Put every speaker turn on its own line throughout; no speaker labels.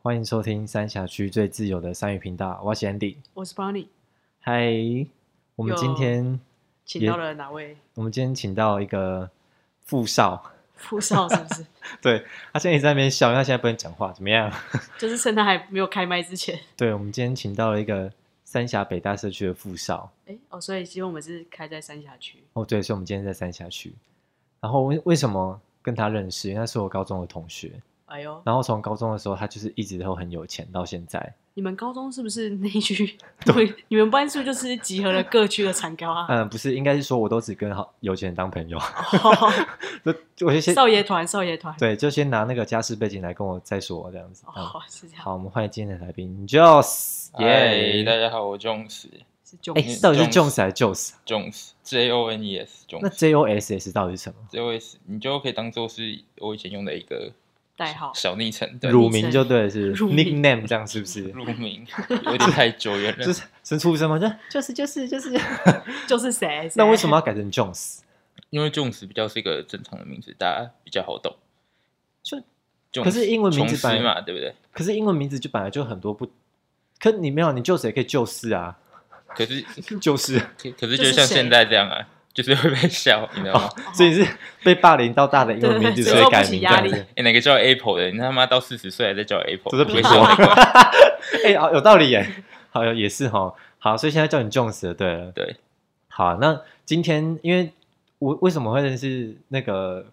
欢迎收听三峡区最自由的三语频道，我是 Andy。
我是 Bonnie，
嗨，我们今
有
天
请
也
到了哪位
我们今天请到一个富少，
富少是不是？
对他现在一直在那边笑，因为他现在不能讲话，怎么样？
就是趁他还没有开麦之前，
对，我们今天请到了一个三峡北大社区的富少。
哎、哦，所以其实我们是开在三峡区，
哦，对，所以我们今天在三峡区。然后为为什么跟他认识？因为他是我高中的同学。
哎呦，
然后从高中的时候，他就是一直都很有钱，到现在。
你们高中是不是那 一区？对，你们班是不是就是集合了各区的产高啊？
嗯，不是，应该是说我都只跟好有钱人当朋友。
哦
就我就先
少爷团，少爷团，
啊对，就先拿那个家世背景来跟我再说这样子。嗯
哦，是这样，
好，我们欢迎今天的来宾 Jones，
耶，大
耶！
家好，我 Jones，Jones，J
是囧
哎，
是
到底是
Jones
Jones 还是 Jones？啊
哎
O N E S
那
Jones，J
J O S S 到底是什么？
O E S，你就可以当做是我以前用的一个
代号，
小昵称，对，
乳名就对了，是
乳名
nickname 这样是不是？
入名，有点太久远
就
了。
是是出生吗？就 就是就是就是。
就是谁？谁
那为什么要改成 Jones？
因为 Jones 比较是一个正常的名字，大家比较好懂。
就
Jones，
可是英文名字
琼斯
本来
嘛，对不对？
可是英文名字就本来就很多不，可你没有，你 Jones 也可以就是啊，
可是
就是
可可
就
是就是像
谁
现在这样啊，就是会被笑，你知道吗？
哦，所以你是被霸凌到大的英文名字，
对
所以改名这
承受
样
不起压
子
力。
哎，哪个叫 Apple 的？你他妈到四十岁还在叫 Apple，
这是
不会
苹
笑
果
那个。。
哎、好有道理耶。好，也是哈。好，所以现在叫你 Jones 了，对了。
对。
好，啊那今天因为我为什么会认识那个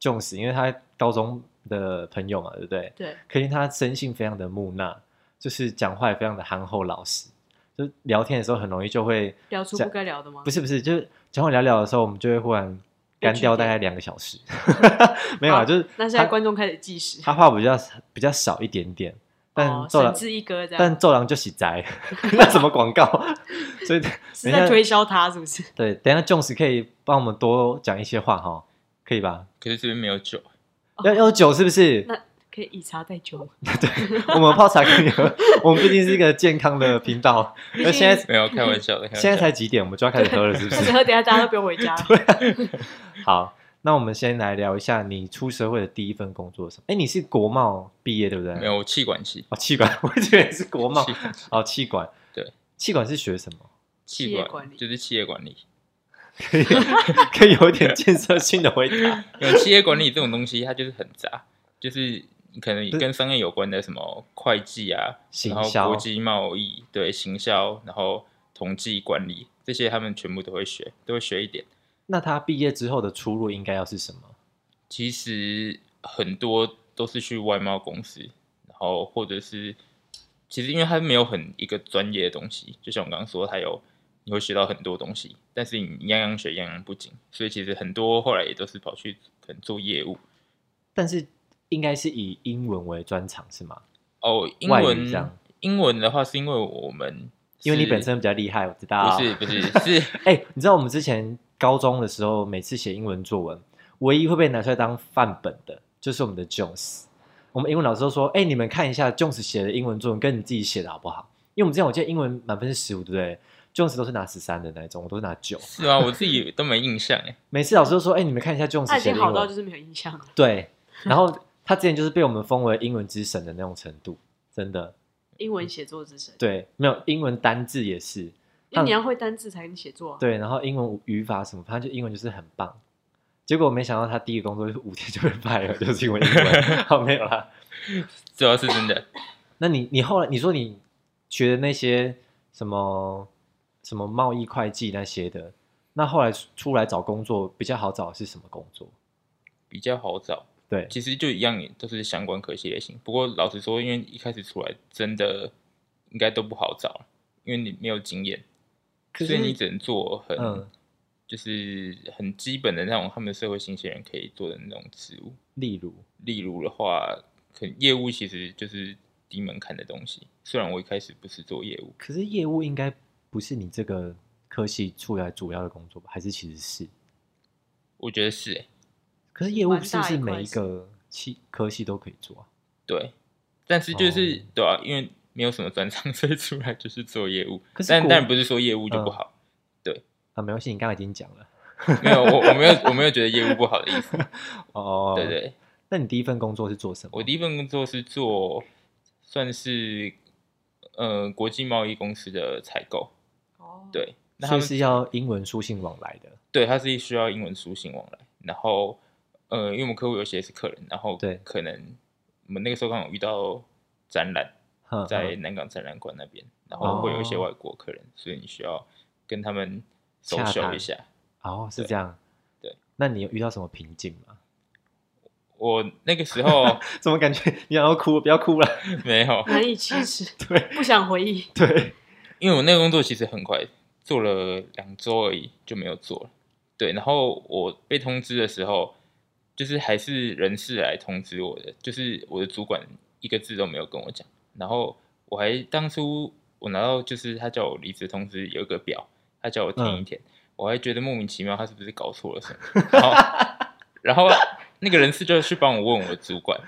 Jones？因为他高中的朋友嘛，对不对？
对，
可见他生性非常的木讷，就是讲话也非常的憨厚老实，就聊天的时候很容易就会
聊出
这
不该聊的吗？
不
是，
是不是，就是讲话聊聊的时候，我们就会忽然干掉大概两个小 时。没有啊，
好
就是
那现在
他
观众开始计时，
他话比较比较少一点点，但
哦
做了
神。之一哥这
但
样，
做狼就洗 宅， 那什么广告？ 所以
是
等一
在
下
推销他是不是？
对，等一下 Jones 可以帮我们多讲一些话哈，可以吧？
可是这边没有酒，
哦
要要酒是不是？
那可以以茶代酒吗，
我们泡茶可以喝，我们毕竟是一个健康的频道。
毕
那
竟
现在
没有开玩笑的。 开玩
现在
笑
才几点？我们就要开始喝了，是 不
但是
是？
喝等一下大家都不用回 家了。
好，那我们先来聊一下你出社会的第一份工作是什么？哎，你是国贸毕业对不对？
没有我气管系，
哦，气管，我以为是国贸
气。管系
哦，气管，
对，
气管是学什么？
气
业
管
管理
就是企业管理。
可以可以有一点建设性的回答。
因为企业管理这种东西，它就是很杂，就是你可能跟商业有关的什么会计啊，
行
然后
销
国际贸易，对，行销，然后统计管理这些，他们全部都会学，都会学一点。
那他毕业之后的出路应该要是什么？
其实很多都是去外贸公司，然后或者是其实因为它没有很一个专业的东西，就像我刚刚说，它有你会学到很多东西，但是你样样学样样不精，所以其实很多后来也都是跑去可能做业务，
但是应该是以英文为专长是吗？
哦，英
外语
文
这样
英文的话是因为我们是，
因为你本身比啊较厉害，我知道。
不是，不是是
哎、你知道我们之前高中的时候，每次写英文作文，唯一会被拿出来当范本的，就是我们的 Jones。我们英文老师都说：“哎、你们看一下 Jones 写的英文作文跟你自己写的好不好？”因为我们之前我记得英文满分是十五，对不对？Jones 都是拿十三的那一种，我都是拿九。
是吗？我自己都没印象哎，
每次老师都说：“哎、你们看一下 Jones
他已
写
经
的英
好到
文。
就是没有印象了。
对，然后他之前就是被我们封为英文之神的那种程度，真的。
英文写作之神，
对，没有英文单字也是，
因为你要会单字才能写作啊。
对，然后英文语法什么，反正就英文就是很棒。结果没想到他第一个工作就是五天就被派了， 就是因为英文。好，没有啦。
主要是真的
那你你后来你说你学的那些什么什么贸易会计那些的，那后来出出来找工作比较好找的是什么工作？
比较好找，
对，
其实就一样，都是相关科系类型。不过老实说，因为一开始出来真的应该都不好找，因为你没有经验，
可
所
是
以你只能做很、
嗯，
就是很基本的那种他们社会新鲜人可以做的那种职务。
例如
例如的话，可能业务其实就是低门槛的东西。虽然我一开始不是做业务，
可是业务应该不是你这个科系出来主要的工作吧？还是其实是？
我觉得是、欸、
可是业务
蛮
是不
大
是
一块
每一
是
个系科系都可以做啊？
对，但是就是、
哦
对啊，因为没有什么专长， 所以出来就是做业务。
可是
但
国
但不是说业务就不
嗯
好，
啊，没关系，你刚才已经讲了。嗯
没有我我没有我没有觉得业务不好的意思。
哦，
对对，
那你第一份工作是做什么？
我第一份工作是做算是呃国际贸易公司的采购，
哦，
对，那他
所以
们
是要英文书信往来的。
对，它是需要英文书信往来。然后，呃，因为我们客户有些是客人，然后
对
可能我们那个时候刚好遇到展览
哼
在
哼
南港展览馆那边，然后会有一些
嗯哦
外国客人，所以你需要跟他们
洽
social
谈
一下。
哦，是
对
这样。
对，
那你有遇到什么瓶颈吗？
我那个时候
怎么感觉你想要哭？不要哭了。
没有，
难以启齿，
对
不想 回忆。
对，
因为我那个工作其实很快，做了两周而已就没有做了。对，然后我被通知的时候，就是还是人事来通知我的，就是我的主管一个字都没有跟我讲。然后我还当初我拿到就是他叫我离职通知有一个表，他叫我填一填，我还觉得莫名其妙，他是不是搞错了什么？然后然后那个人事就去帮我问我主管，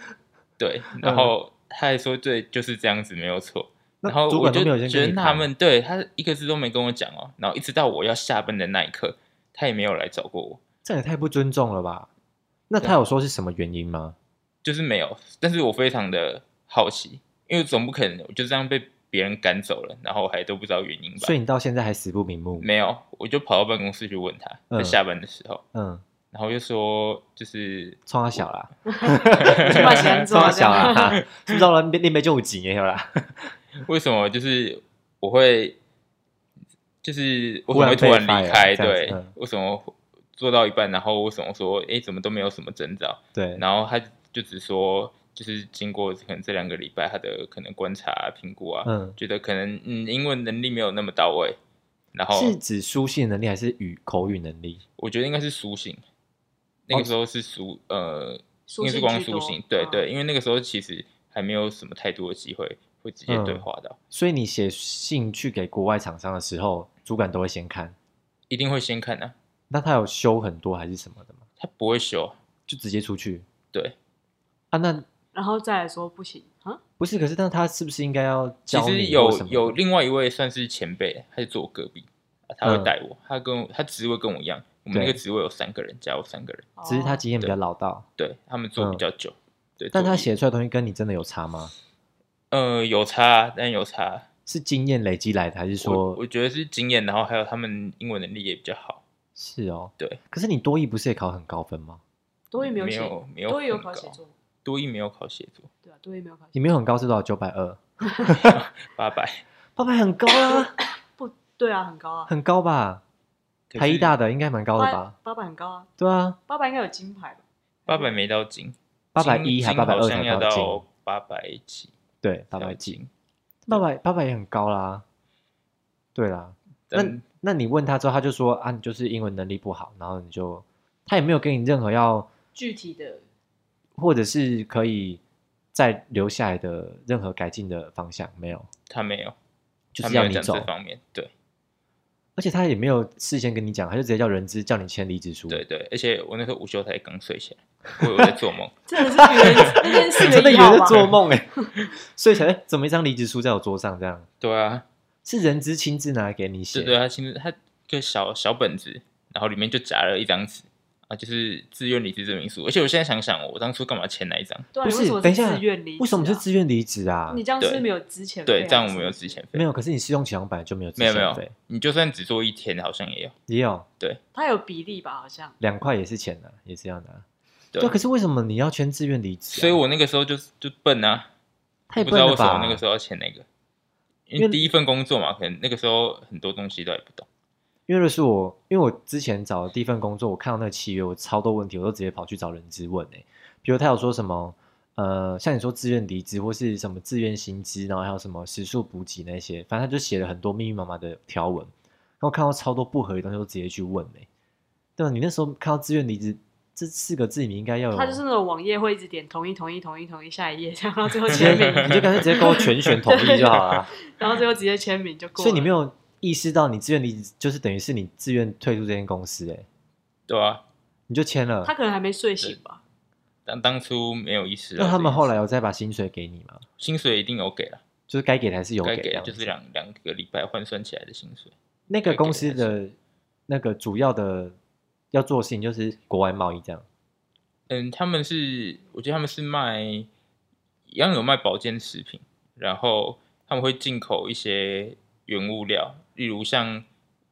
对，然后他还说对，就是这样子没有错。
那
然后
主
我
管
就
都没有先
觉
跟
得
你
他
谈
们对他一个字都没跟我讲哦，然后一直到我要下班的那一刻，他也没有来找过我，
这样也太不尊重了吧？那
对
他有说是什么原因吗？
就是没有。但是我非常的好奇，因为总不可能我就这样被别人赶走了，然后我还都不知道原因吧
所？以你到现在还死不瞑目。
没有，我就跑到办公室去问他，在
嗯
下班的时候，
嗯，
然后就说就是
冲他小 啦，
就把钱
冲
做
他
了
小啊啦， 哈是不知道那边那边就有几年有啦。
为什么就是我会，就是我
忽
怎么
然
会突然离
被 fire，
开？
这样子
对
嗯，
为什么做到一半，然后为什么说，哎，怎么都没有什么征兆？
对，
然后他就只说，就是经过可能这两个礼拜他的可能观察、啊、评估啊，
嗯，
觉得可能嗯英文能力没有那么到位，然后
是指书信能力还是语口语能力？
我觉得应该是书信，那
哦
个时候是书呃，应
书
该是
信
光
居
书
多
信，对
啊
对，因为那个时候其实还没有什么太多的机会会直接对
嗯
话到。
所以你写信去给国外厂商的时候，主管都会先看。
一定会先看啊，
那他有修很多还是什么的吗？
他不会修，
就直接出去
对，
啊？那
然后再来说不行啊，
不是？可是那他是不是应该要
其
教
实
你
有
或什么的
有另外一位算是前辈，他是坐我隔壁，啊他
嗯
会带我，他跟我他职位跟我一样，我们
对
那个职位有三个人，加我三个人，
只是他
哦
经验比较老道，
对他们做比较久，对，
嗯但
做
他
一
写出来的东西跟你真的有差吗？
呃有差，但有差，
是经验累积来的，还是
我
说
我觉得是经验，然后还有他们英文能力也比较好，
是哦？
对。
可是你多益不是也考很高分吗？
多一没有
没
写，
有没有
多一有
很
考写
高
作，
多一没有考写作，
对啊，多一没有考写
你没有很高是多少？九百二，
八 百，
八百很高啊，
不对啊，很高啊，
很高吧？
可是
台医大的应该蛮高的吧？
八百很高啊，
对啊，
八百应该有金牌吧？
八百没到金，
八百
金
一还
金
八百
好
二
像
才
要
到金，
到八百几，
对，八
才
百
有
几，
金，
八百八百也很高啦。对啦，
但
那你问他之后，他就说啊，你就是英文能力不好，然后你就他也没有给你任何要，
具体的
或者是可以再留下来的任何改进的方向没有，
他没有，
就
他
是
没
要
有
你
讲
走
这，方面，对。
而且他也没有事先跟你讲，他就直接叫人资叫你签离职书，
对，对，而且我那时候午休才刚睡起来， 我有在做梦。
真的是以为 那件事
你真的以
一
为
号
在
吧？
做梦哎、所以才哎怎么一张离职书在我桌上这样，
对啊，
是人资亲自拿来给你写，
对对，啊他亲自他一个小小本子，然后里面就夹了一张纸啊，就是自愿离职证明书。而且我现在想想，我当初干嘛签那一张？
对啊，
不
你为
是
什么
等一下
自愿离？啊
为什么是？自愿离职啊？
你这样是不是
对
没有之前
对，这样我们有之前费
没，有，啊可是你试用期好像本来就没有
没有
资
没
遣
有
费，
你就算只做一天，好像也有。
也有
他有比例吧？好像
两块也是钱的、也是要拿。
对，
啊可是为什么你要签自愿离职啊、
所以我那个时候就就笨啊，
太
我不知
笨
道为
了
什么
吧？
我那个时候要签那个。因
因
为
为
第一份工作嘛，可能那个时候很多东西都还不懂。
因为那是我，因为我之前找的第一份工作，我看到那个契约，我超多问题，我都直接跑去找人资问诶、比如他有说什么，呃，像你说自愿离职或是什么自愿薪资，然后还有什么时数补给那些，反正他就写了很多密密麻麻的条文，然后看到超多不合理的东西，都直接去问诶、对啊，你那时候看到自愿离职这四个字，你应该要有，
他就是那种网页会一直点同意、同意、同意、同意，下一页这样，然后最后
直
签
接你
名，
就干脆直接给我全选同意就好了。
然后最后直接签名就过了。
所以你没有意识到你自愿离职，就是等于是你自愿退出这间公司、欸，
对啊，
你就签了
他。可能还没睡醒吧？
当当初没有意识到这件
那
事。
他们后来有再把薪水给你吗？
薪水一定有给了。
就是该给的还是有
该
这
给
样
就
子
是两两个礼拜换算起来的薪水。
那个
该给
公
的
司
还是
的那个主要的要做的事情就是国外贸易这样。
嗯，他们是，我觉得他们是卖，一样有卖保健食品，然后他们会进口一些原物料，例如像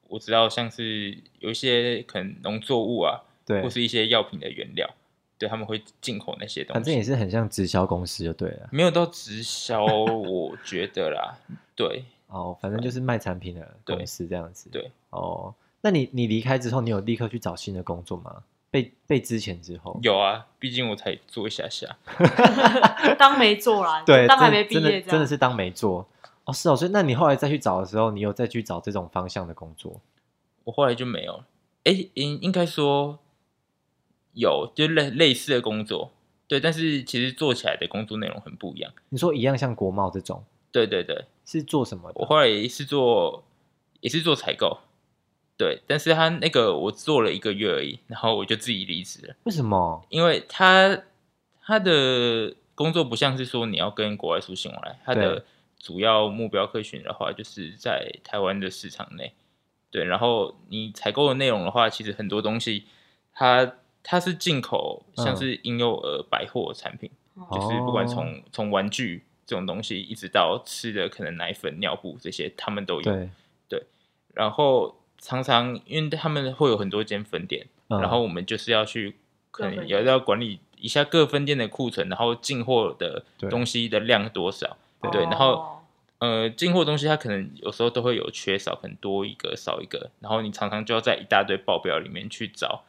我知道像是有一些可能农作物啊，
对
或，是一些药品的原料，对他们会进口那些东西。
反正也是很像直销公司就对了。
没有到直销，我觉得啦，对，
哦，反正就是卖产品的
对
公司这样子。
对。
哦，那你你离开之后，你有立刻去找新的工作吗？被被之前之后，
有啊，毕竟我才做一下下，
当没做啦，
对，
当还
真
没毕
真的
业这样，
真的是当没做。哦，是哦，所以那你后来再去找的时候，你有再去找这种方向的工作？
我后来就没有了。哎、应应该说有，就类类似的工作，对，但是其实做起来的工作内容很不一样。
你说一样像国贸这种
对对对，
是做什么
我
的？
后来也是做也是做采购，对，但是他那个我做了一个月而已，然后我就自己离职了，
为什么？
因为他他的工作不像是说你要跟国外书信往来，他的
对
主要目标客群的话，就是在台湾的市场内，对，然后你采购的内容的话，其实很多东西它它是进口，
嗯
像是婴幼儿百货产品。
哦
就是不管
哦
从从玩具这种东西，一直到吃的，可能奶粉、尿布这些，他们都有。
对，
然后常常因为他们会有很多间分店，
嗯
然后我们就是要去，
各
可能
分
也要管理一下各分店的库存，然后进货的
对
东西的量多少。对，然后
哦
呃，进货的东西它可能有时候都会有缺少，可能多一个少一个，然后你常常就要在一大堆报表里面去找，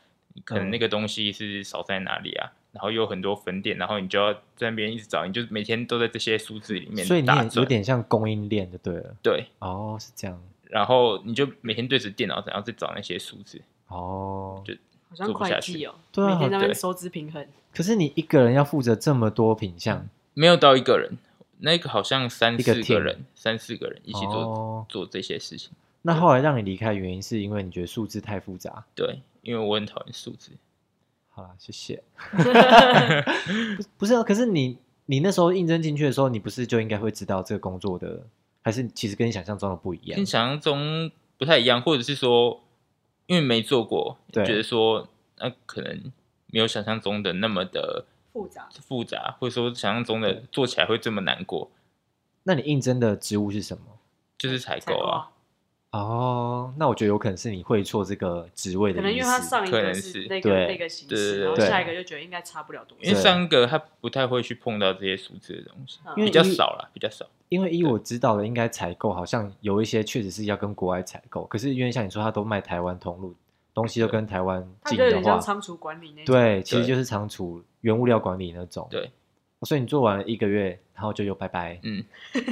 嗯
可能那个东西是少在哪里啊，然后又有很多分店，然后你就要在那边一直找，你就每天都在这些数字里面
所以你
打
也有
转，
点像供应链就对了。
对，
哦，是这样。
然后你就每天对着电脑，然后再找那些数字，
哦
就，
好像会计哦，
做不下去
每天在那边
对
收支平衡，
可是你一个人要负责这么多品项，
没有到一个人，那个好像三
一个
四
team
个人，三四个人一起做、
哦
做这些事情，
那后来让你离开，原因是因为你觉得数字太复杂。
对，因为我很讨厌数字，
好啦，谢 谢。不不是啊，可是你你那时候应征进去的时候，你不是就应该会知道这个工作的，还是其实跟你想象中的不一样
跟？想象中不太一样，或者是说，因为没做过，
对
觉得说那、可能没有想象中的那么的
复杂。
复杂，或者说想象中的
对
做起来会这么难过，
那你应征的职务是什么？
就是采
采
购
购
啊
啊，
哦，那我觉得有可能是你会错这个职位的
可
意思，
能因为他上一
可
个
能
是
是
对
那个那个形式，
对
然后
对
下一个就觉得应该差不了多
因
少。
为上一个他不太会去碰到这些数字的东西，
因为
比较少啦，比较少。
因为依我知道的，应该采购好像有一些确实是要跟国外采购，可是因为像你说，他都卖台湾通路，东西都跟台湾
他
进
就有
的
点像
话，
仓储管理那种。
对，其实就是仓储原物料管理那种。
对，
所以你做完了一个月，然后就又拜拜，
嗯，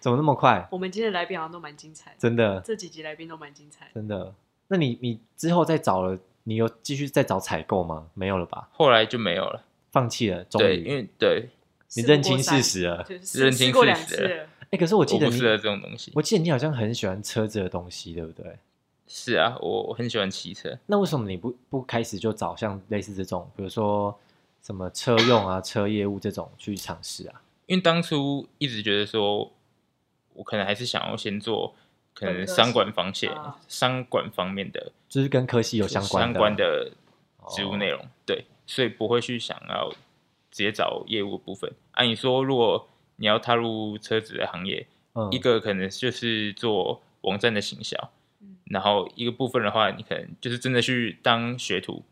怎么那么快？
我们今天的来宾好像都蛮精彩的，
真的，
这几集来宾都蛮精彩的。
真的。那你你之后再找了，你有继续再找采购吗？没有了吧？
后来就没有了。
放弃了，终
对，因
于
为对
你
事不
认清
过
事，
三
实了。
对，
认
试
清
试过
事
两
实
次
了
了，
哎、可是我记得
我不
你
适，合这种东西。
我记得你好像很喜欢车子的东西，对不对？
是啊，我我很喜欢骑车，
那为什么你不不开始就找像类似这种，比如说什么车用啊、车业务这种去尝试啊？
因为当初一直觉得说，我可能还是想要先做可能
本科
商
系
管方面、
啊
商管方面的
就是跟科系有相关的啊哦
关的职务内
容。
容，对，所以不会去想要直接找业务部分。按、理说，如果你要踏入车子的行业，
哦嗯、
一个可能就是做网站的行销，
嗯
然后一个部分的话，你可能就是真的去当学徒，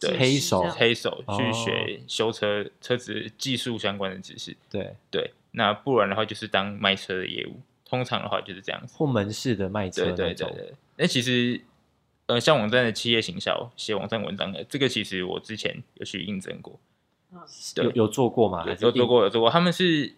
对，
黑手
是这样
黑手
哦
去学修车、车子技术相关的知识，
对，
对，那不然的话就是当卖车的业务，通常的话就是这样子。
或门市的卖车
对
那种。
对对对，那其实呃，像网站的企业行销、写网站文章的，这个其实我之前有去应征过，
嗯
对
有有做过吗？啊还是
有有做过有做过，他们是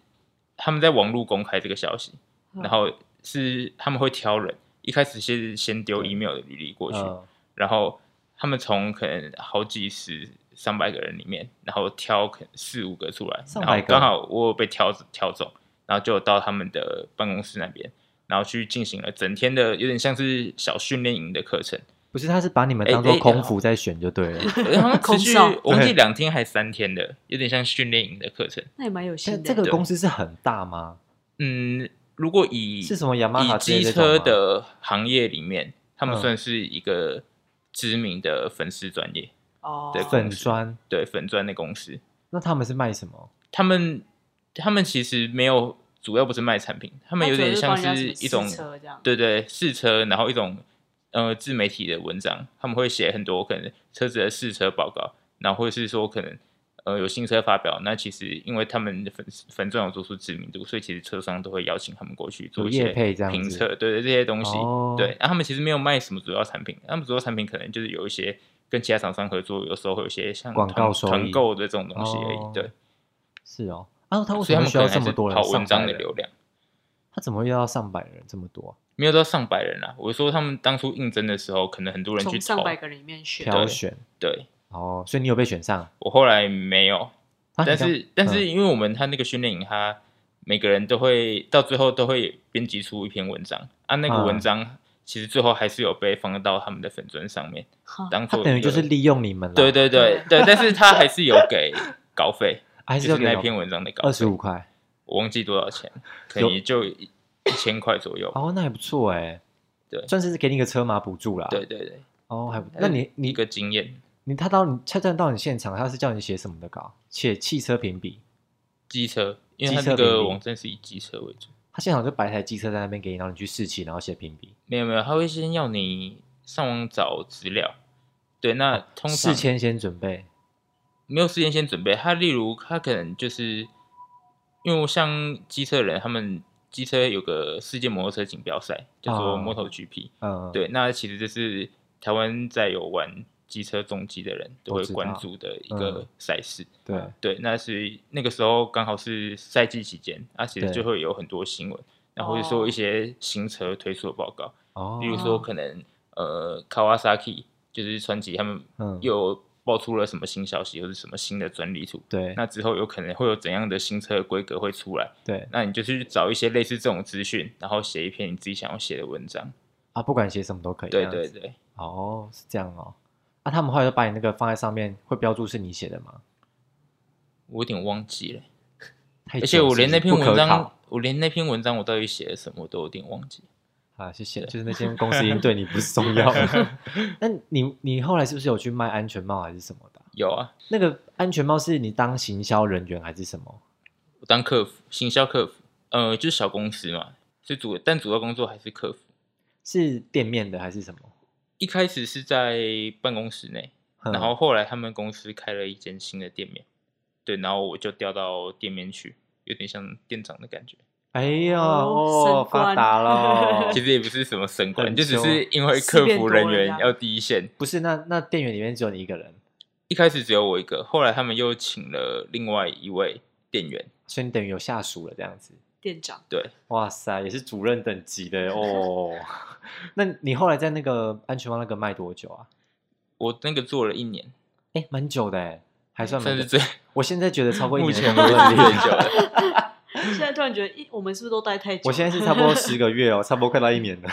他们在网络公开这个消息，
啊
嗯
然后是他们会挑人，一开始先先丢 email 的履历过
一
去，
嗯
然后他们从可能好几十、上百个人里面，然后挑可能四五个出来，
上
然
百
后
个
刚好我有被挑挑中，然后就到他们的办公室那边，然后去进行了整天的有点像是小训练营的课 程，
不是，他是把你们当
哎
做
哎
空服在选就对了。
然后持续
空少
我忘记两天还三天的，有点像训练营的课程。
那也蛮有
现
心
在这
的。
个
对
公司是很大吗？
嗯，如果以
是什么雅马哈
以
之类
机
这种吗
车的行业里面，他们
嗯
算是一个知名的粉丝专业，
哦，
对
粉砖？
对粉专的公司。
那他们是卖什么？
他们他们其实没有主要不是卖产品，他们有点像是一种
车这样。
对对试车，然后一种呃自媒体的文章，他们会写很多可能车子的试车报告，然后或者是说可能呃有新车发表，那其实因为他们的粉丝粉钻有做出知名度，所以其实车商都会邀请他们过去做一
有
些
业配这样子
评测，对对这些东西，
哦
对，啊然、后他们其实没有卖什么主要产品，他们主要产品可能就是有一些跟其他厂商合作，有时候会有一些像
广告
团
收益
团购的这种东西而已，
哦
对，
是哦，啊，他为什
所以他
么
们
需
可
要
能还
这
是
么多人？
跑文章
上百
的
人
流量。
他怎么会要到上百人这么多啊、
没有到上百人啦。我说他们当初应征的时候，可能很多人去
从上
投，
百个人里面选，
挑选？
对
哦，所以你有被选上啊？
我后来没有，
啊
但
你这样
是但
嗯
是因为我们他那个训练营，他每个人都会到最后都会编辑出一篇文章啊，那个
嗯
文章其实最后还是有被放到他们的粉砖上面，
哈
当
他
做
等于就是利用你们了，
对，对对对，但是他还是有给稿费，
还是
就
要
是
给
那篇文章的稿
二十
费，
五块，
我忘记多少钱，可
有
能也就一一千块左右吧。
哦，那还不错哎，
对
算是给你个车马补助啦，
对，对对，
哦，还不，那你
一
你
个经验，
你他到你车站到你现场，他是叫你写什么的稿？写汽车评比，
机车，因为他
机车
那个
评比
网站是以机车为主。
他现场就摆一台机车在那边给你，然后你去试骑，然后写评比，
没有没有，他会先要你上网找资料。对，那通常
哦事前先准备，
没有事先先准备。他例如他可能就是因为像机车人，他们机车有个世界摩托车锦标赛，叫做
哦
MotoGP、
嗯，，
对，那其实就是台湾在有玩机车重机的人都
我
会
知道
关注的一个
嗯
赛事。
对，
对，那是那个时候刚好是赛季期间，啊，其实
对
就会有很多新闻，然后或者说一些行车推出的报告。
哦，
比如说可能呃，Kawasaki 就是川崎他们
嗯，
又爆出了什么新消息，或者什么新的专利图，
对，
那之后有可能会有怎样的新车的规格会出来？
对
那你就去找一些类似这种资讯，然后写一篇你自己想要写的文章。
啊，不管写什么都可以，
对
这样
对
子，
对，
哦，是这样哦，那他们后来就把你那个放在上面，会标注是你写的吗？
我有点忘记了，
太
而
久
且我连
是
那
不是
篇
不可
文章
考，
我连那篇文章我到底写了什么，我都有点忘记。
啊，谢谢，就是那些公司已经对你不是重要 了。那你你后来是不是有去卖安全帽还是什么的啊？
有啊，
那个安全帽是你当行销人员还是什么？
我当客服，行销客服，呃，就是小公司嘛，所以主但主要工作还是客服。
是店面的还是什么？
一开始是在办公室内，
哼
然后后来他们公司开了一间新的店面，对，然后我就调到店面去，有点像店长的感觉。
哎呀，
哦
哦，
升
发
官。
达了
其实也不是什么升官，
很
就只
凶啊
是因为
事
客
变
服
哦多
人
了这
员
样
要第一线。
不是，那那店员里面只有你一个人，
一开始只有我一个，后来他们又请了另外一位店员。
所以你等于有下属了这样子。
店长
对，
哇塞，也是主任等级的哦。 那你后来在那个安全帽那个卖多久啊？
我那个做了一年，
哎，蛮久的哎，还算蛮
算
久
是最
我现在觉得超过一
目
年
前
都
为
没
止
问题
最久的。
现在突然觉得，咦，我们是不是都待太久了？
我 现在是差不多十个月哦，差不多快到一年了。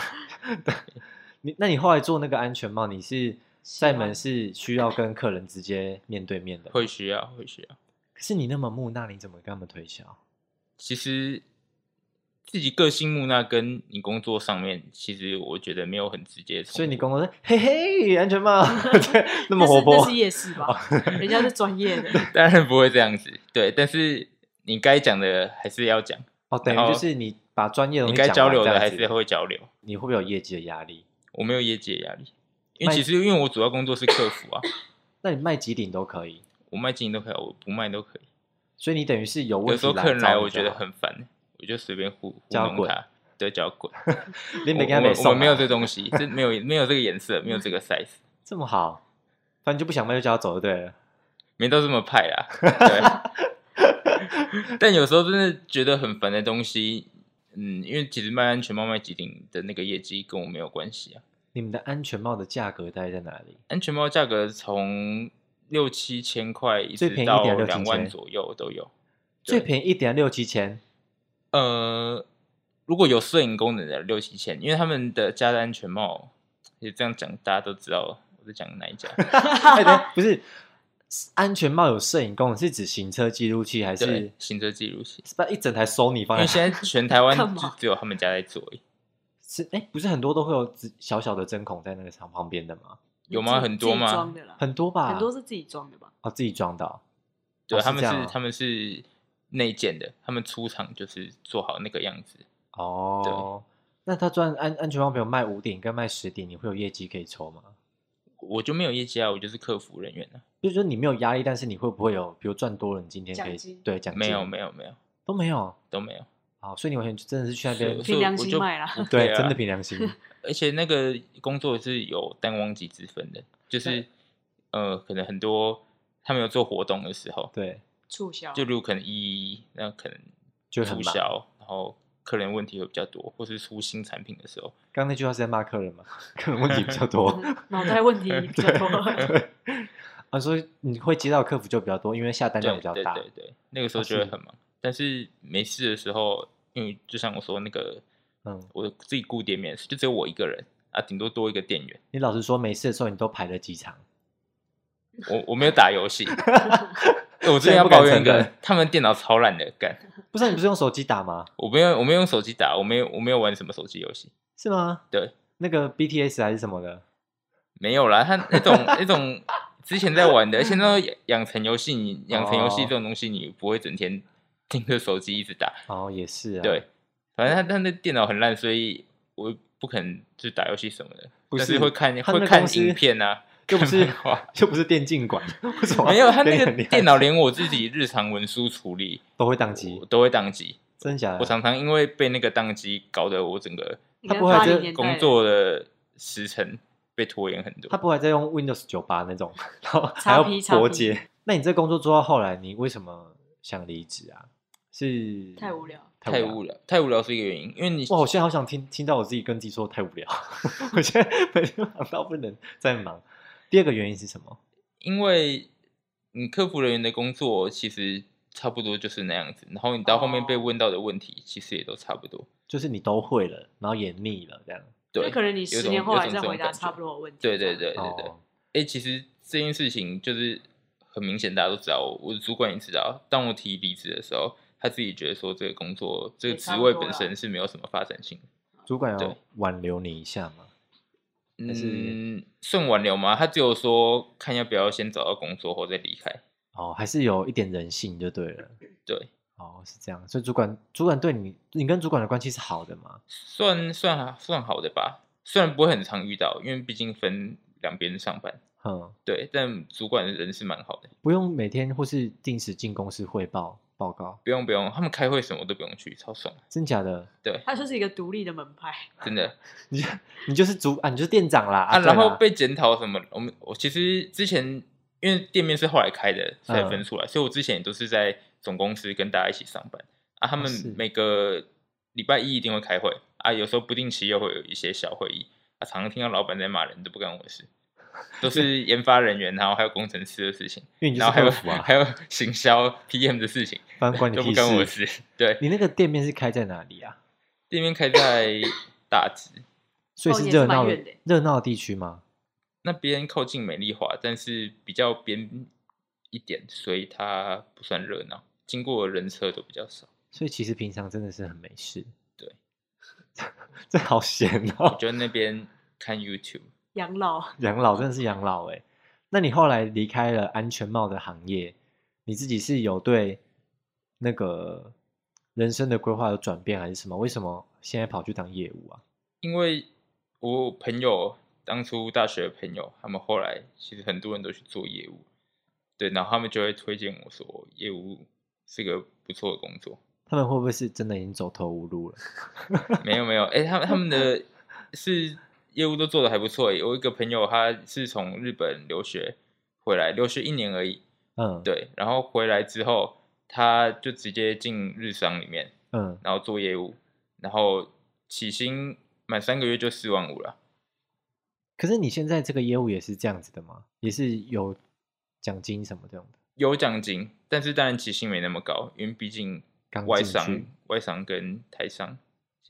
你那你后来做那个安全帽，你是在门市需要跟客人直接面对面的吗？
会需要，会需要。
可是你那么木讷，你怎么跟他们推销？
其实自己个性木讷跟你工作上面，其实我觉得没有很直接的冲突。
所以你工作说嘿嘿安全 帽，对，那
那
么活泼哦
是那是夜市吧？人家是专业的，
当然不会这样子，对，但是你该讲的还是要讲，
哦，等于
然后
就是你把专业的
你
东西
该
讲
交
完
流
这
的
样
还
子
是会交流。
你会不会有业绩的压力？
我没有业界压力，因
那
为
你
其实因为我主要工作是客服啊，
那你卖几顶都可以，
我卖经营都可以啊，我不卖都可以。
所以你等于是有
有
问
时
题
候客人
找
来，
你
我
就
觉得
好
很烦，我就随便糊糊
叫他
弄
滚
他，对，叫他滚。
你
我
没跟他没
我我
送
们没有
啊
这东西，这没有没有这个颜色，没有 这个 size，
这么好，反正就不想卖就叫他走就对了。
没到这么派 啦。对，但有时候真的觉得很烦的东西，嗯，因为其实卖安全帽、卖几顶的那个业绩跟我没有关系啊。
你们的安全帽的价格大概在哪里？
安全帽价格从六七千块一
最
直
便宜
到
一点六七
两万
千
左右都有。
最
对
便宜一点六七千，
呃，如果有摄影功能的六七千，因为他们的加的安全帽，也这样讲大家都知道我在讲哪 一家。
哎，等一下不是安全帽有摄影功能，是指行车记录器还是
对，行车记录器，
是把一整台 Sony
因
放
为
在？
现在全台 湾
干嘛
就只有他们家在做而已，
是哎，不是很多都会有只小小的针孔在那个厂旁边的吗？
有吗
自己
很多吗
自己装的啦，
很多吧，
很多是自己装的吧？
哦自己装的哦，
对，
哦
他们
这样
是
哦
他们是内建的，他们出厂就是做好那个样子。
哦，那他赚安安全帽没有卖五顶跟卖十顶，你会有业绩可以抽吗？
我就没有业绩啊，我就是客服人员啊，
就是说你没有压力，但是你会不会有，比如赚多了，你今天可以
奖金
对奖金
没有没有没有
都没有哦
都没有。
好，所以你完全真的是去那
所以
边
所以
凭良心
我就
卖啦
不
对
care 啊
真的凭良 心
而且那个工作是有淡旺季之分的，就是
对
呃，可能很多他们有做活动的时候，
对，
促销
就如果可能一一，那可能
就很
促
忙
销，然后客人问题会比较多，或是出新产品的时候，
刚刚那句话是在骂客人 嘛，客人问题比较多
脑袋问题比较 多，
啊，所以你会接到客服就比较多，因为下单量
对
比较
对
大。
对对，那个时候
啊
就会
是
很忙。但是没事的时候，因为就像我说那个，
嗯，
我自己顾店面是就只有我一个人啊，顶多多一个店员。
你老实说，没事的时候你都排了几场？
我我没有打游戏，我之
这
前
样
要
不敢
抱怨一
承
个
认，
他们电脑超烂的，干。
不是、你不是用手机打吗？
我没有，我没有用手机打，我没有，我没有玩什么手机游戏，
是吗？
对，
那个 BTS 还是什么的？
没有啦。他那种那种之前在玩的，现在都养成游戏，你养成游戏
哦
这种东西，你不会整天盯着手机一直打。
哦，也是啊。
对，，反正他他那电脑很烂，所以我不可能就打游戏什么的，
不
但
是
是会看
他们的
会看
公司
影片啊，
又不
看
是
漫画
又不是电竞馆，为什么
没有他那
跟你
个
很厉害
电脑连我自己日常文书处理
都会宕机
我，都会宕机，
真假的？
我常常因为被那个宕机搞得我整个
你
他
看
不会啊
80
这
啊年代
工
的
作的时程被拖延很多
他。不还在用 Windows 九八那种，然后还
叉
要
P，叉
伯
P
杰。那你这工作做到后来，你为什么想离职啊？是
太无聊，
太
聊
无聊，太无聊是一个原因，因为你
哇！我现在好想听听到我自己跟自己说太无聊， 我现在每天忙到不能再忙。第二个原因是什么？
因为你客服人员的工作其实差不多就是那样子，然后你到后面被
哦
问到的问题其实也都差不多。
就是你都会了，然后也腻了，这样。
对，
就可能你
有
十
种
年后
有
还
种
在
这种
回答
感觉
差不多的问题。
对对对对对。哎、
哦，
其实这件事情就是很明显，大家都知道，我的主管也知道。当我提离职的时候，他自己觉得说这个工作这个
也
职
差不
位
多
本
啦
身是没有什么发展性的。
主管要
对
挽留你一下嘛？还是
嗯，算挽留吗？他只有说看要不要先找到工作后再离开。
哦，还是有一点人性就对了。
对，
哦，是这样。所以主管主管对你，你跟主管的关系是好的嘛？
算算算好的吧，虽然不会很常遇到，因为毕竟分两边上班，
嗯，
对，但主管人是蛮好的，
不用每天或是定时进公司汇报报告，
不用不用，他们开会什么都不用去，超爽的，
真假的？
对，
它就是一个独立的门派，
真的
你就你就是主啊，你就是店长啦
啊。
对
然后
啦
被检讨什么，我们我其实之前因为店面是后来开的
嗯
才分出来，所以我之前也都是在总公司跟大家一起上班啊，他们
是
每个礼拜一一定会开会啊，有时候不定期又会有一些小会议啊，常常听到老板在骂人，都不干我 的事。都是研发人员，然后还有工程师的事情，
因为你就
然
是
后还有
客服啊，
还有行销 PM 的事情，
反正关 你
都不
屁
关我的
事。
事。对，
你那个店面是开在哪里啊？
店面开在大直
所以
哦
是
也是
热
蛮
闹的
远的欸
热闹的地区吗？
那边，靠近美丽华，但是比较边一点，所以它不算热闹，经过的人车都比较少。
所以其实平常真的是很没事。
对，
这好闲
我
哦，
觉得那边看 YouTube，
养老
养老真的是养老哎。那你后来离开了安全帽的行业，你自己是有对那个人生的规划有转变还是什么？为什么现在跑去当业务啊？
因为我朋友当初大学的朋友，他们后来其实很多人都去做业务，对，然后他们就会推荐我说业务是个不错的工作。
他们会不会是真的已经走投无路了？
没有没有，哎、他们他们的是业务都做的还不错耶。我有一个朋友，他是从日本留学回来，留学一年而已，
嗯，，
对，然后回来之后，他就直接进日商里面，
嗯，
然后做业务，然后起薪满三个月就四万五了。
可是你现在这个业务也是这样子的吗？也是有奖金什么这种的？
有奖金，但是当然起薪没那么高，因为毕竟
刚
外
进
商
去、
外商跟台商，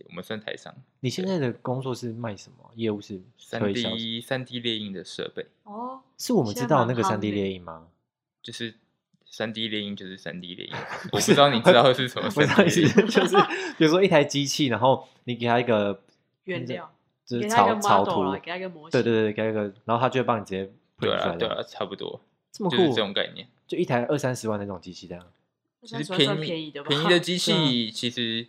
我们算台商，
你现在的工作是卖什么？业务是
三
推销什么？
D 三 D 猎鹰的设备，
哦，
是我们知
现在
道
蛮
那个
夯
三 D
的欸
猎鹰 吗？
就是三 D 猎鹰就是三 D 猎鹰，我不知道你知道是什么
不
三
是
D 猎
意
鹰，
思，就是比如说一台机器，然后你给它一个
原
那个
料，
就
给
是
它一
草
个
草
model 啊
图
啦，，给它一个模型，
对对对，给它一个，然后它就会帮你直接 print
对
出
啊
来
对
的，
啊，差不多
这么
就
酷
是这，种概念。
就一台二三十万那种机器这样，
其
其实便宜
便宜的吧，啊
便宜的机
对
器其实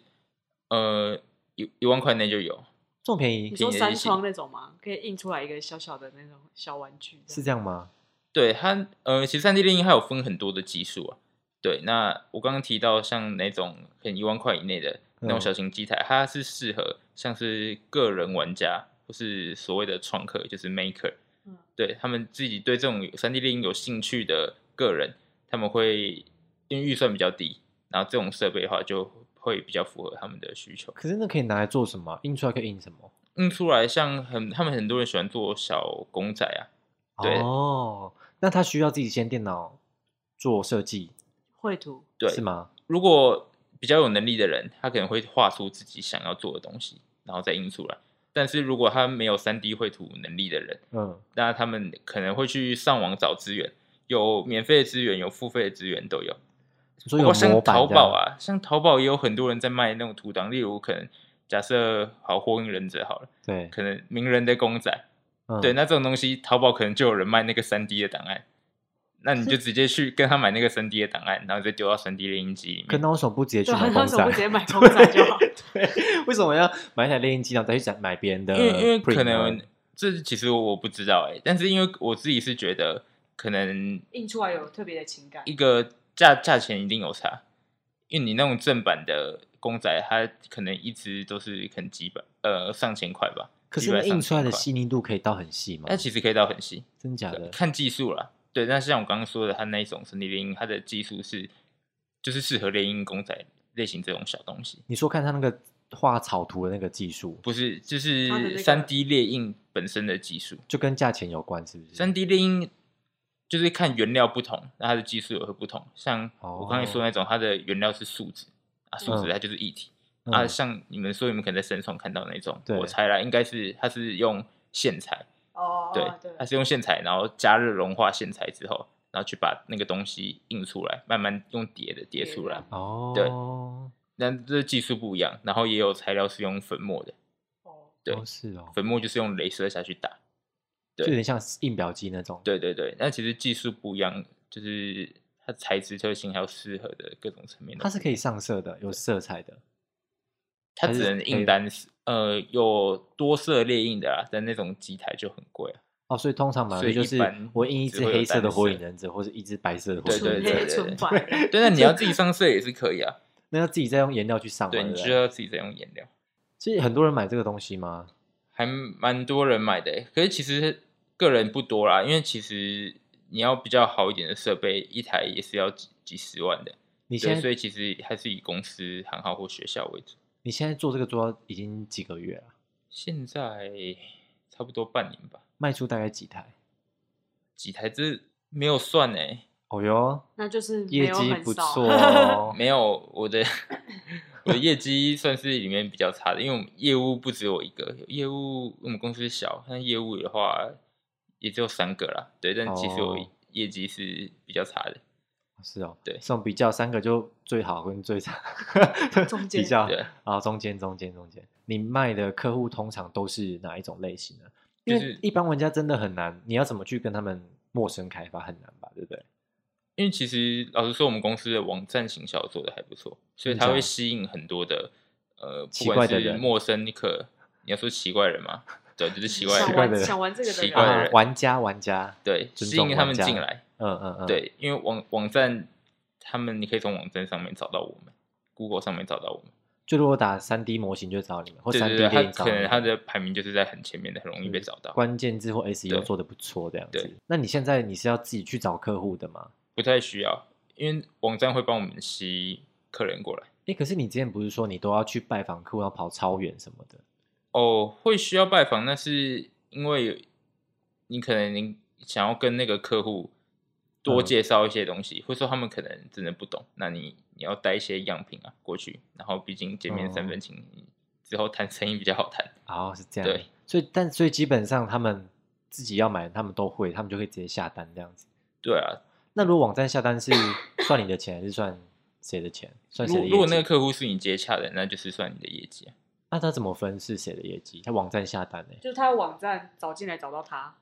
呃一一万块内就有，
这么便宜
你说
便宜的
三
机器
窗那种吗？可以印出来一个小小的那种小玩具，
是这样吗？
对它，呃，其实三 D 列印它有分很多的技术啊。对，那我刚刚提到像那种可能一万块以内的那种
嗯
小型机台，它是适合像是个人玩家或是所谓的创客，就是 maker，、
嗯
对他们自己对这种三 D 列印有兴趣的个人，他们会因为预算比较低，然后这种设备的话就会比较符合他们的需求。
可是那可以拿来做什么啊？印出来可以印什么？
印出来像很他们很多人喜欢做小公仔啊，对
哦，那他需要自己先电脑做设计
绘图。
对，
是吗？
如果比较有能力的人，他可能会画出自己想要做的东西，然后再印出来。但是如果他没有三 D 绘图能力的人，
嗯，
那他们可能会去上网找资源，有免费的资源，有付费的资源都有。
你说
不
有
过像
模板
淘
这样
宝，啊，像淘宝也有很多人在卖那种图档，例如可能假设好《火影忍者》好了，
对，
可能鸣人的公仔，
嗯
对，那这种东西淘宝可能就有人卖那个三 D 的档案，那你就直接去跟他买那个三 D 的档案，然后再丢到三 D 列印机里面。
可那为什么不直接去
对啊，
买
那
公
为什么不直
仔？
接 买公仔就好？
对， 为什么要买一台猎鹰机，然后再去买买别人的？啊
因为因为嗯可能这其实我不知道哎、但是因为我自己是觉得可能
印出来有特别的情感
一，个价价钱一定有差，因为你那种正版的公仔，它可能一只都是可能几百呃上千块吧，
可
几
是
百
那印出来的
上千块呃
细腻度可以到很细吗
那？其实可以到很细，
真假
对
的？
看技术啦。对，但是像我刚刚说的，它那一种神力猎鹰，它的技术是就是适合猎鹰公仔类型这种小东西，
你说看他那个画草图的那个技术，
不是就
它的那
是
个
三 D 猎鹰本身的技术。
就跟价钱有关，是不是？
三 D 猎鹰就是看原料不同，那它的技术也会不同。像我刚才说那种，它的原料是树脂啊，树脂
哦嗯
它就是液体、
嗯
啊。像你们说你们可能在深创看到那种，
对
我猜啦，应该是它是用线材，
哦，
对，它是用线材，然后加热融化线材之后，然后去把那个东西印出来，慢慢用叠的叠出来
叠。
对
哦，
那这技术不一样，然后也有材料是用粉末的，
哦
对
哦是哦，
粉末就是用镭射下去打，
就
对
有点像印表机那种。
对对对，那其实技术不一样，就是它材质特性还有适合的各种层面都
它是可
以，
以上色的，有色彩的。
它
还
只
是
能
可以
印单色，呃，有多色列印的啊啦，但那种机台就很 贵啊。
哦，所以通常买
所以
就
一
是
般
我印一
只
只
会有
黑色
单
的火
色
影忍者，或者一只白色的火
对
影
对
忍者。
纯
对
黑
对
纯白，
对，那你要自己上色也是可以啊，
那要自己再用颜料去上嘛，
对，你
不
就要自己再用颜料，
所以很多人买这个东西吗？
还蛮多人买的欸、可是其实个人不多啦，因为其实你要比较好一点的设备，一台也是要几几十万的，
你
对，
现
所
在
以其实还是以公司行号或学校为主。
你现在做这个做到已经几个月了？
现在差不多半年吧。
卖出大概几台？
几台这没有算哎、
哦哟，
那 就是没
业
有
绩
很
不
少
错哦。
没有我的 我的业绩算是里面比较差的，因为我们业务不止我一个，业务我们公司小，但业务的话也只有三个啦。对，但其实我
哦
业绩是比较差的。
是哦，
对
这种比较三个就最好跟最差
中
比
间
较
对，
啊，中间中间中间，你卖的客户通常都是哪一种类型呢？因
就
为
是
一般玩家真的很难，你要怎么去跟他们陌生开发很难吧，对不对？
因为其实老实说，我们公司的网站行销做的还不错，所以
真假
它会吸引很多的呃，
奇
不管
怪的
是
人
陌生客，你要说奇怪人吗？对，就是奇怪
想
怪
人，
的
玩想玩这个的
奇
人
怪
啊
的
啊
人，
玩家玩家，
对，
尊
吸
重
引他
玩
们
家
进来。
嗯嗯嗯，，
对，因为网网站他们你可以从网站上面找到我们，Google 上面找到我们，
就如果打三 D 模型就找你们，或
对
三
对
D
对，
电
它
影找
可
你
能
们
它的排名就是在很前面的，很容易被找到，
关键字或 SEO
对
做的不错这样
对
子。那你现在你是要自己去找客户的吗？
不太需要，因为网站会帮我们吸客人过来。
哎，可是你之前不是说你都要去拜访客户，要跑超远什么的？
哦，会需要拜访，那是因为你可能你想要跟那个客户多
嗯
介绍一些东西，或者说他们可能真的不懂，那你你要带一些样品啊过去，然后毕竟见面三
哦
分情，你之后谈生意比较好谈。
哦，是这样。
对，
所以但所以基本上他们自己要买，他们都会，他们就会直接下单这样子。
对啊，
那如果网站下单 是算你的钱，还是算谁的钱？算
如
谁的
果
业绩？
如果那个客户是你接洽的，那就是算你的业绩啊。
那他怎么分是谁的业绩？他网站下单呢、
就是他的网站找进来找到他，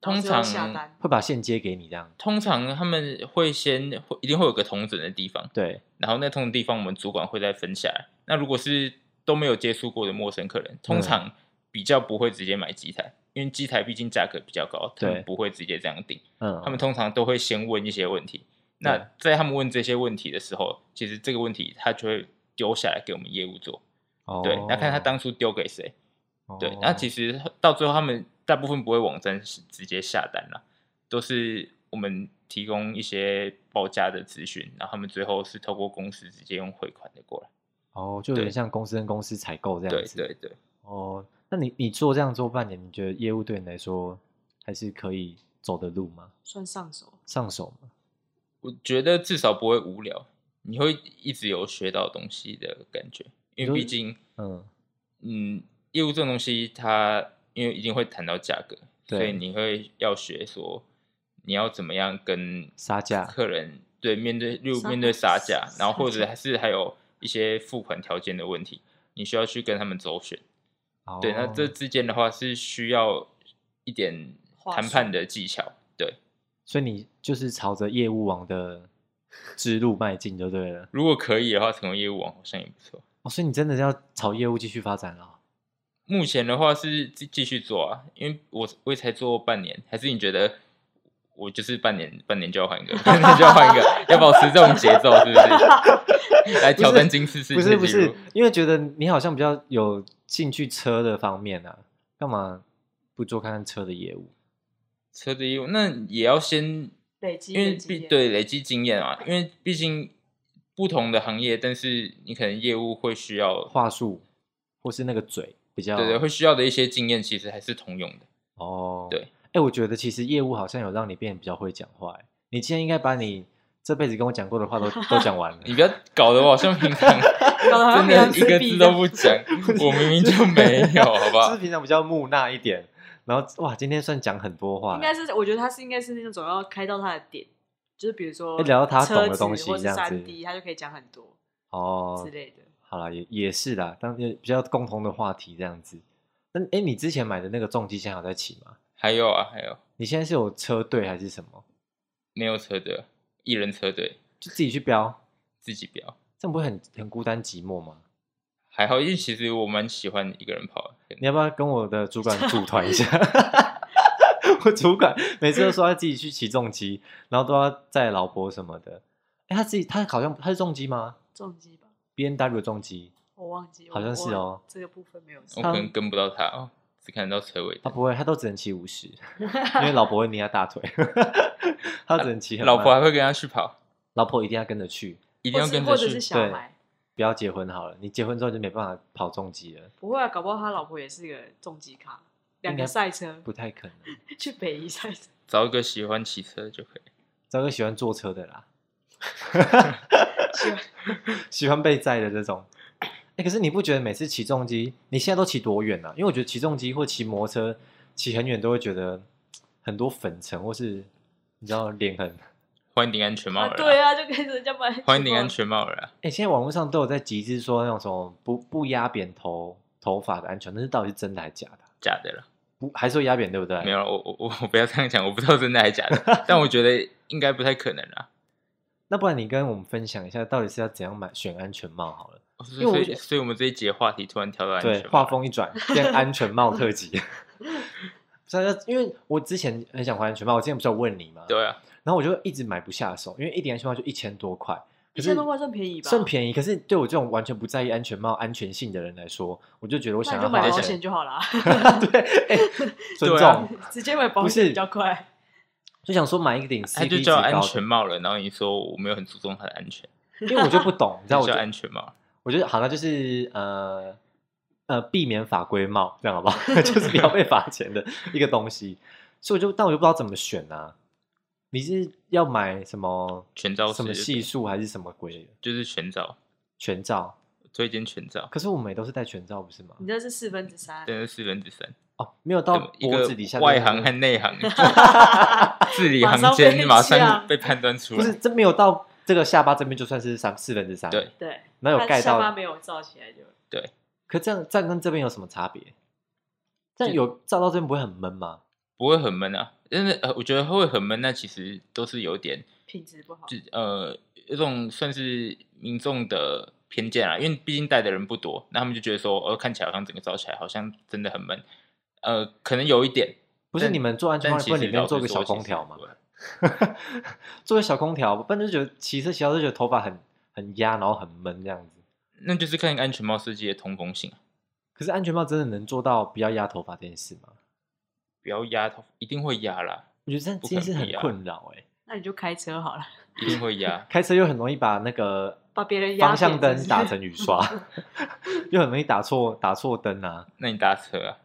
通
最后
常
下单，
会把线接给你这样。
通常他们会先会一定会有个同整的地方，
对，
然后那同整地方我们主管会再分下来。那如果是都没有接触过的陌生客人，
嗯
通常比较不会直接买机台，因为机台毕竟价格比较高，他
对
们不会直接这样定。
嗯，
他们通常都会先问一些问题。
对
那在他们问这些问题的时候，其实这个问题他就会丢下来给我们业务做。
哦
对，那看他当初丢给谁。对
哦，
那其实到最后他们大部分不会网站是直接下单啦，都是我们提供一些报价的资讯，然后他们最后是透过公司直接用汇款的过来。
哦，就有点
对
像公司跟公司采购这
对
样子。
对对，
哦，那你你做这样做半年，你觉得业务对你来说还是可以走的路吗？
算上手。
上手吗？
我觉得至少不会无聊，你会一直有学到东西的感觉，因为
你
毕
说
竟
嗯，
嗯，业务这种东西它，因为一定会谈到价格，所
对
以你会要学说你要怎么样跟
杀价
客人对面对，例如
杀
面对杀价，
杀
然后或者
价
还是还有一些付款条件的问题，你需要去跟他们周旋。对，那这
哦
之间的话是需要一点
话
谈
术
判的技巧，对。
所以你就是朝着业务网的之路迈进就对了。
如果可以的话，成为业务网好像也不错。
哦，所以你真的要朝业务继续发展了哦。
目前的话是继继续做啊，因为我我也才做半年，还是你觉得我就是半年半年就要换一个，半年就要换一个，要保持这种节奏，是不 是？来挑战金丝世
不是
界
不
纪录
是，，因为觉得你好像比较有兴趣车的方面啊，干嘛不做看看车的业务？
车子业务那也要先
累积
因为
的经
毕
验，
对累积经验啊，因为毕竟不同的行业，但是你可能业务会需要，
话术或是那个嘴比较
对对，会需要的一些经验其实还是通用的。
哦，
对，
哎、我觉得其实业务好像有让你变得比较会讲话、欸。你今天应该把你这辈子跟我讲过的 话都都讲完了。
你不要搞得我好像平常
搞得 好像
真
平常
的
自
一个
闭
字
一样
都不讲， 我明明就没有，好不
就
好
是？平常比较木讷一点，然后哇，今天算讲很多话
应
欸，
该是我觉得他是应该是那种要开到他的点，就是比如说
哎聊到他懂的
车子
东西
或是
这样子
三 D，他就可以讲很多
哦
之。类的。
好啦，也也是啦，当然比较共同的话题这样子。那哎、你之前买的那个重机现在还有在骑吗？
还有啊，还有
你现在是有车队还是什么？
没有车队，一人车队
就自己去标，
自己飙，
这样不会很很孤单寂寞吗？
还好，因为其实我蛮喜欢一个人跑的。
你要不要跟我的主管组团一下？ 我主管每次都说他自己去骑重机，然后都要载老婆什么的。哎、他自己他好像他是重机吗
重击吧，
？B N W 重机，
我忘记，我
好像是哦
我这个部分没有记
我可能跟不到他哦，只看得到车尾
他
灯。
不会，他都只能骑五十，因为老婆会捏他大腿， 他只能骑很慢。
老婆还会跟他去跑，
老婆一定要跟着去，
一定要
或是
跟
或
着
者是
去。
小孩，
不要结婚好了，你结婚之后就没办法跑重机了，
不会啊，搞不好他老婆也是个重击咖，两
应该
个赛车
不太可能。
去北宜赛车，
找一个喜欢骑车的就可以。
找个喜欢坐车的啦，
喜欢
喜欢被载的这种。哎、可是你不觉得每次骑重机，你现在都骑多远啊？因为我觉得骑重机或骑摩托车骑很远，都会觉得很多粉尘，或是你知道脸很……
换一顶安全帽
啊
了啦，
对啊，就跟人家 买
换一顶安全帽了啦。
哎、现在网络上都有在集资说那种什么不不压扁头头发的安全，但是到底是真的还是假的？啊
假的了，
不还是会压扁对不对？
没有啦，我我我我不要这样讲，我不知道真的还假 的，但我觉得应该不太可能啊啦。
那不然你跟我们分享一下，到底是要怎样买选安全帽好了？
哦所
因为我
以
觉
所以
得
所以我们这一节话题突然跳到安
对，
全
画
帽，
风一 转变安全帽特辑。所以要，因为我之前很想换安全帽，我之前不是有问你吗？
对啊，
然后我就一直买不下手，因为一顶安全帽就一千多块，可
一
是
千多块算便宜吧？
算便宜。可是对我这种完全不在意安全帽安全性的人来说，我就觉得我
那
想
你
要
就买
花
保
钱
险，就好啦，
对，哎尊
对啊
重，
直接买保
不是
险比较快。
就想说买一顶
他
CP
就
值
叫
高
安
的，
全帽了，然后你说我没有很注重它的安全，
因为我就不懂，你知道
就
我
叫
就
安全帽。
我觉得好像就是呃呃避免法规帽，这样好不好？ 就是不要被罚钱的一个东西。所以我就，但我就不知道怎么选啊。你是要买什么
全罩式
什么
就对
系数还是什么鬼的
就是全罩，
全罩？
推荐全罩，
可是我们也都是戴全罩，不是吗？
你这是四分之三，
但是四分之三，
哦，没有到
嗯一
脖
个
子底下的
外
那个
行和 内行字里行
马上被
间马
呛
上被判断出
啊不是
来。
这没有到这个下巴这边就算是三四分之三，
对，
对，
然后有
他
盖
下巴
到。
没有罩起来就。
可这样这样跟这边有什么差别？这样
就
有照到这边不会很闷吗？
不会很闷啊。但是呃，我觉得会很闷，那其实都是有点
品质不好，
就呃有种算是民众的偏见啊，因为毕竟带的人不多，那他们就觉得说，哦，看起来好像整个招起来好像真的很闷，呃，可能有一点，
不是
但
你们做安全帽
但其
不
实
能里面
老实
做个
说
小
其实
空调吗
不？会
做个小空调，不然就觉得骑车骑到就觉得头发很很压，然后很闷这样子。
那就是看安全帽设计的通风性啊，
可是安全帽真的能做到不要压头发这件事吗？
不要压头，一定会压啦，
我觉得这
不
这件
可
事
能
很
不压
困扰哎、。
那你就开车好了，
一定会压
开车又很容易把那个
把别人压
方向
扁
灯
是不是
打成雨刷，又很容易打错打错灯 啊，
那你搭车啊，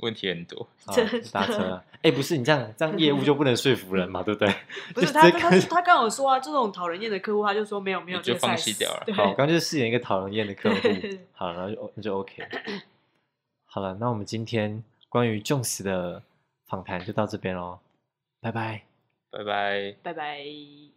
问题很多。
啊
真的
打车啊。哎、不是你这样这样业务就不能说服人嘛，对不对？
不是
就
他
直接
他
开
他刚有说啊，这种讨人厌的客户，他就说没有没有，
你
这
就
个
放
size
弃掉了
对，
好，我刚刚就是饰演一个讨人厌的客户
对，
好，然后就那就 OK。好了，那我们今天关于 Jones 的访谈就到这边喽，拜拜。
拜拜。
拜拜。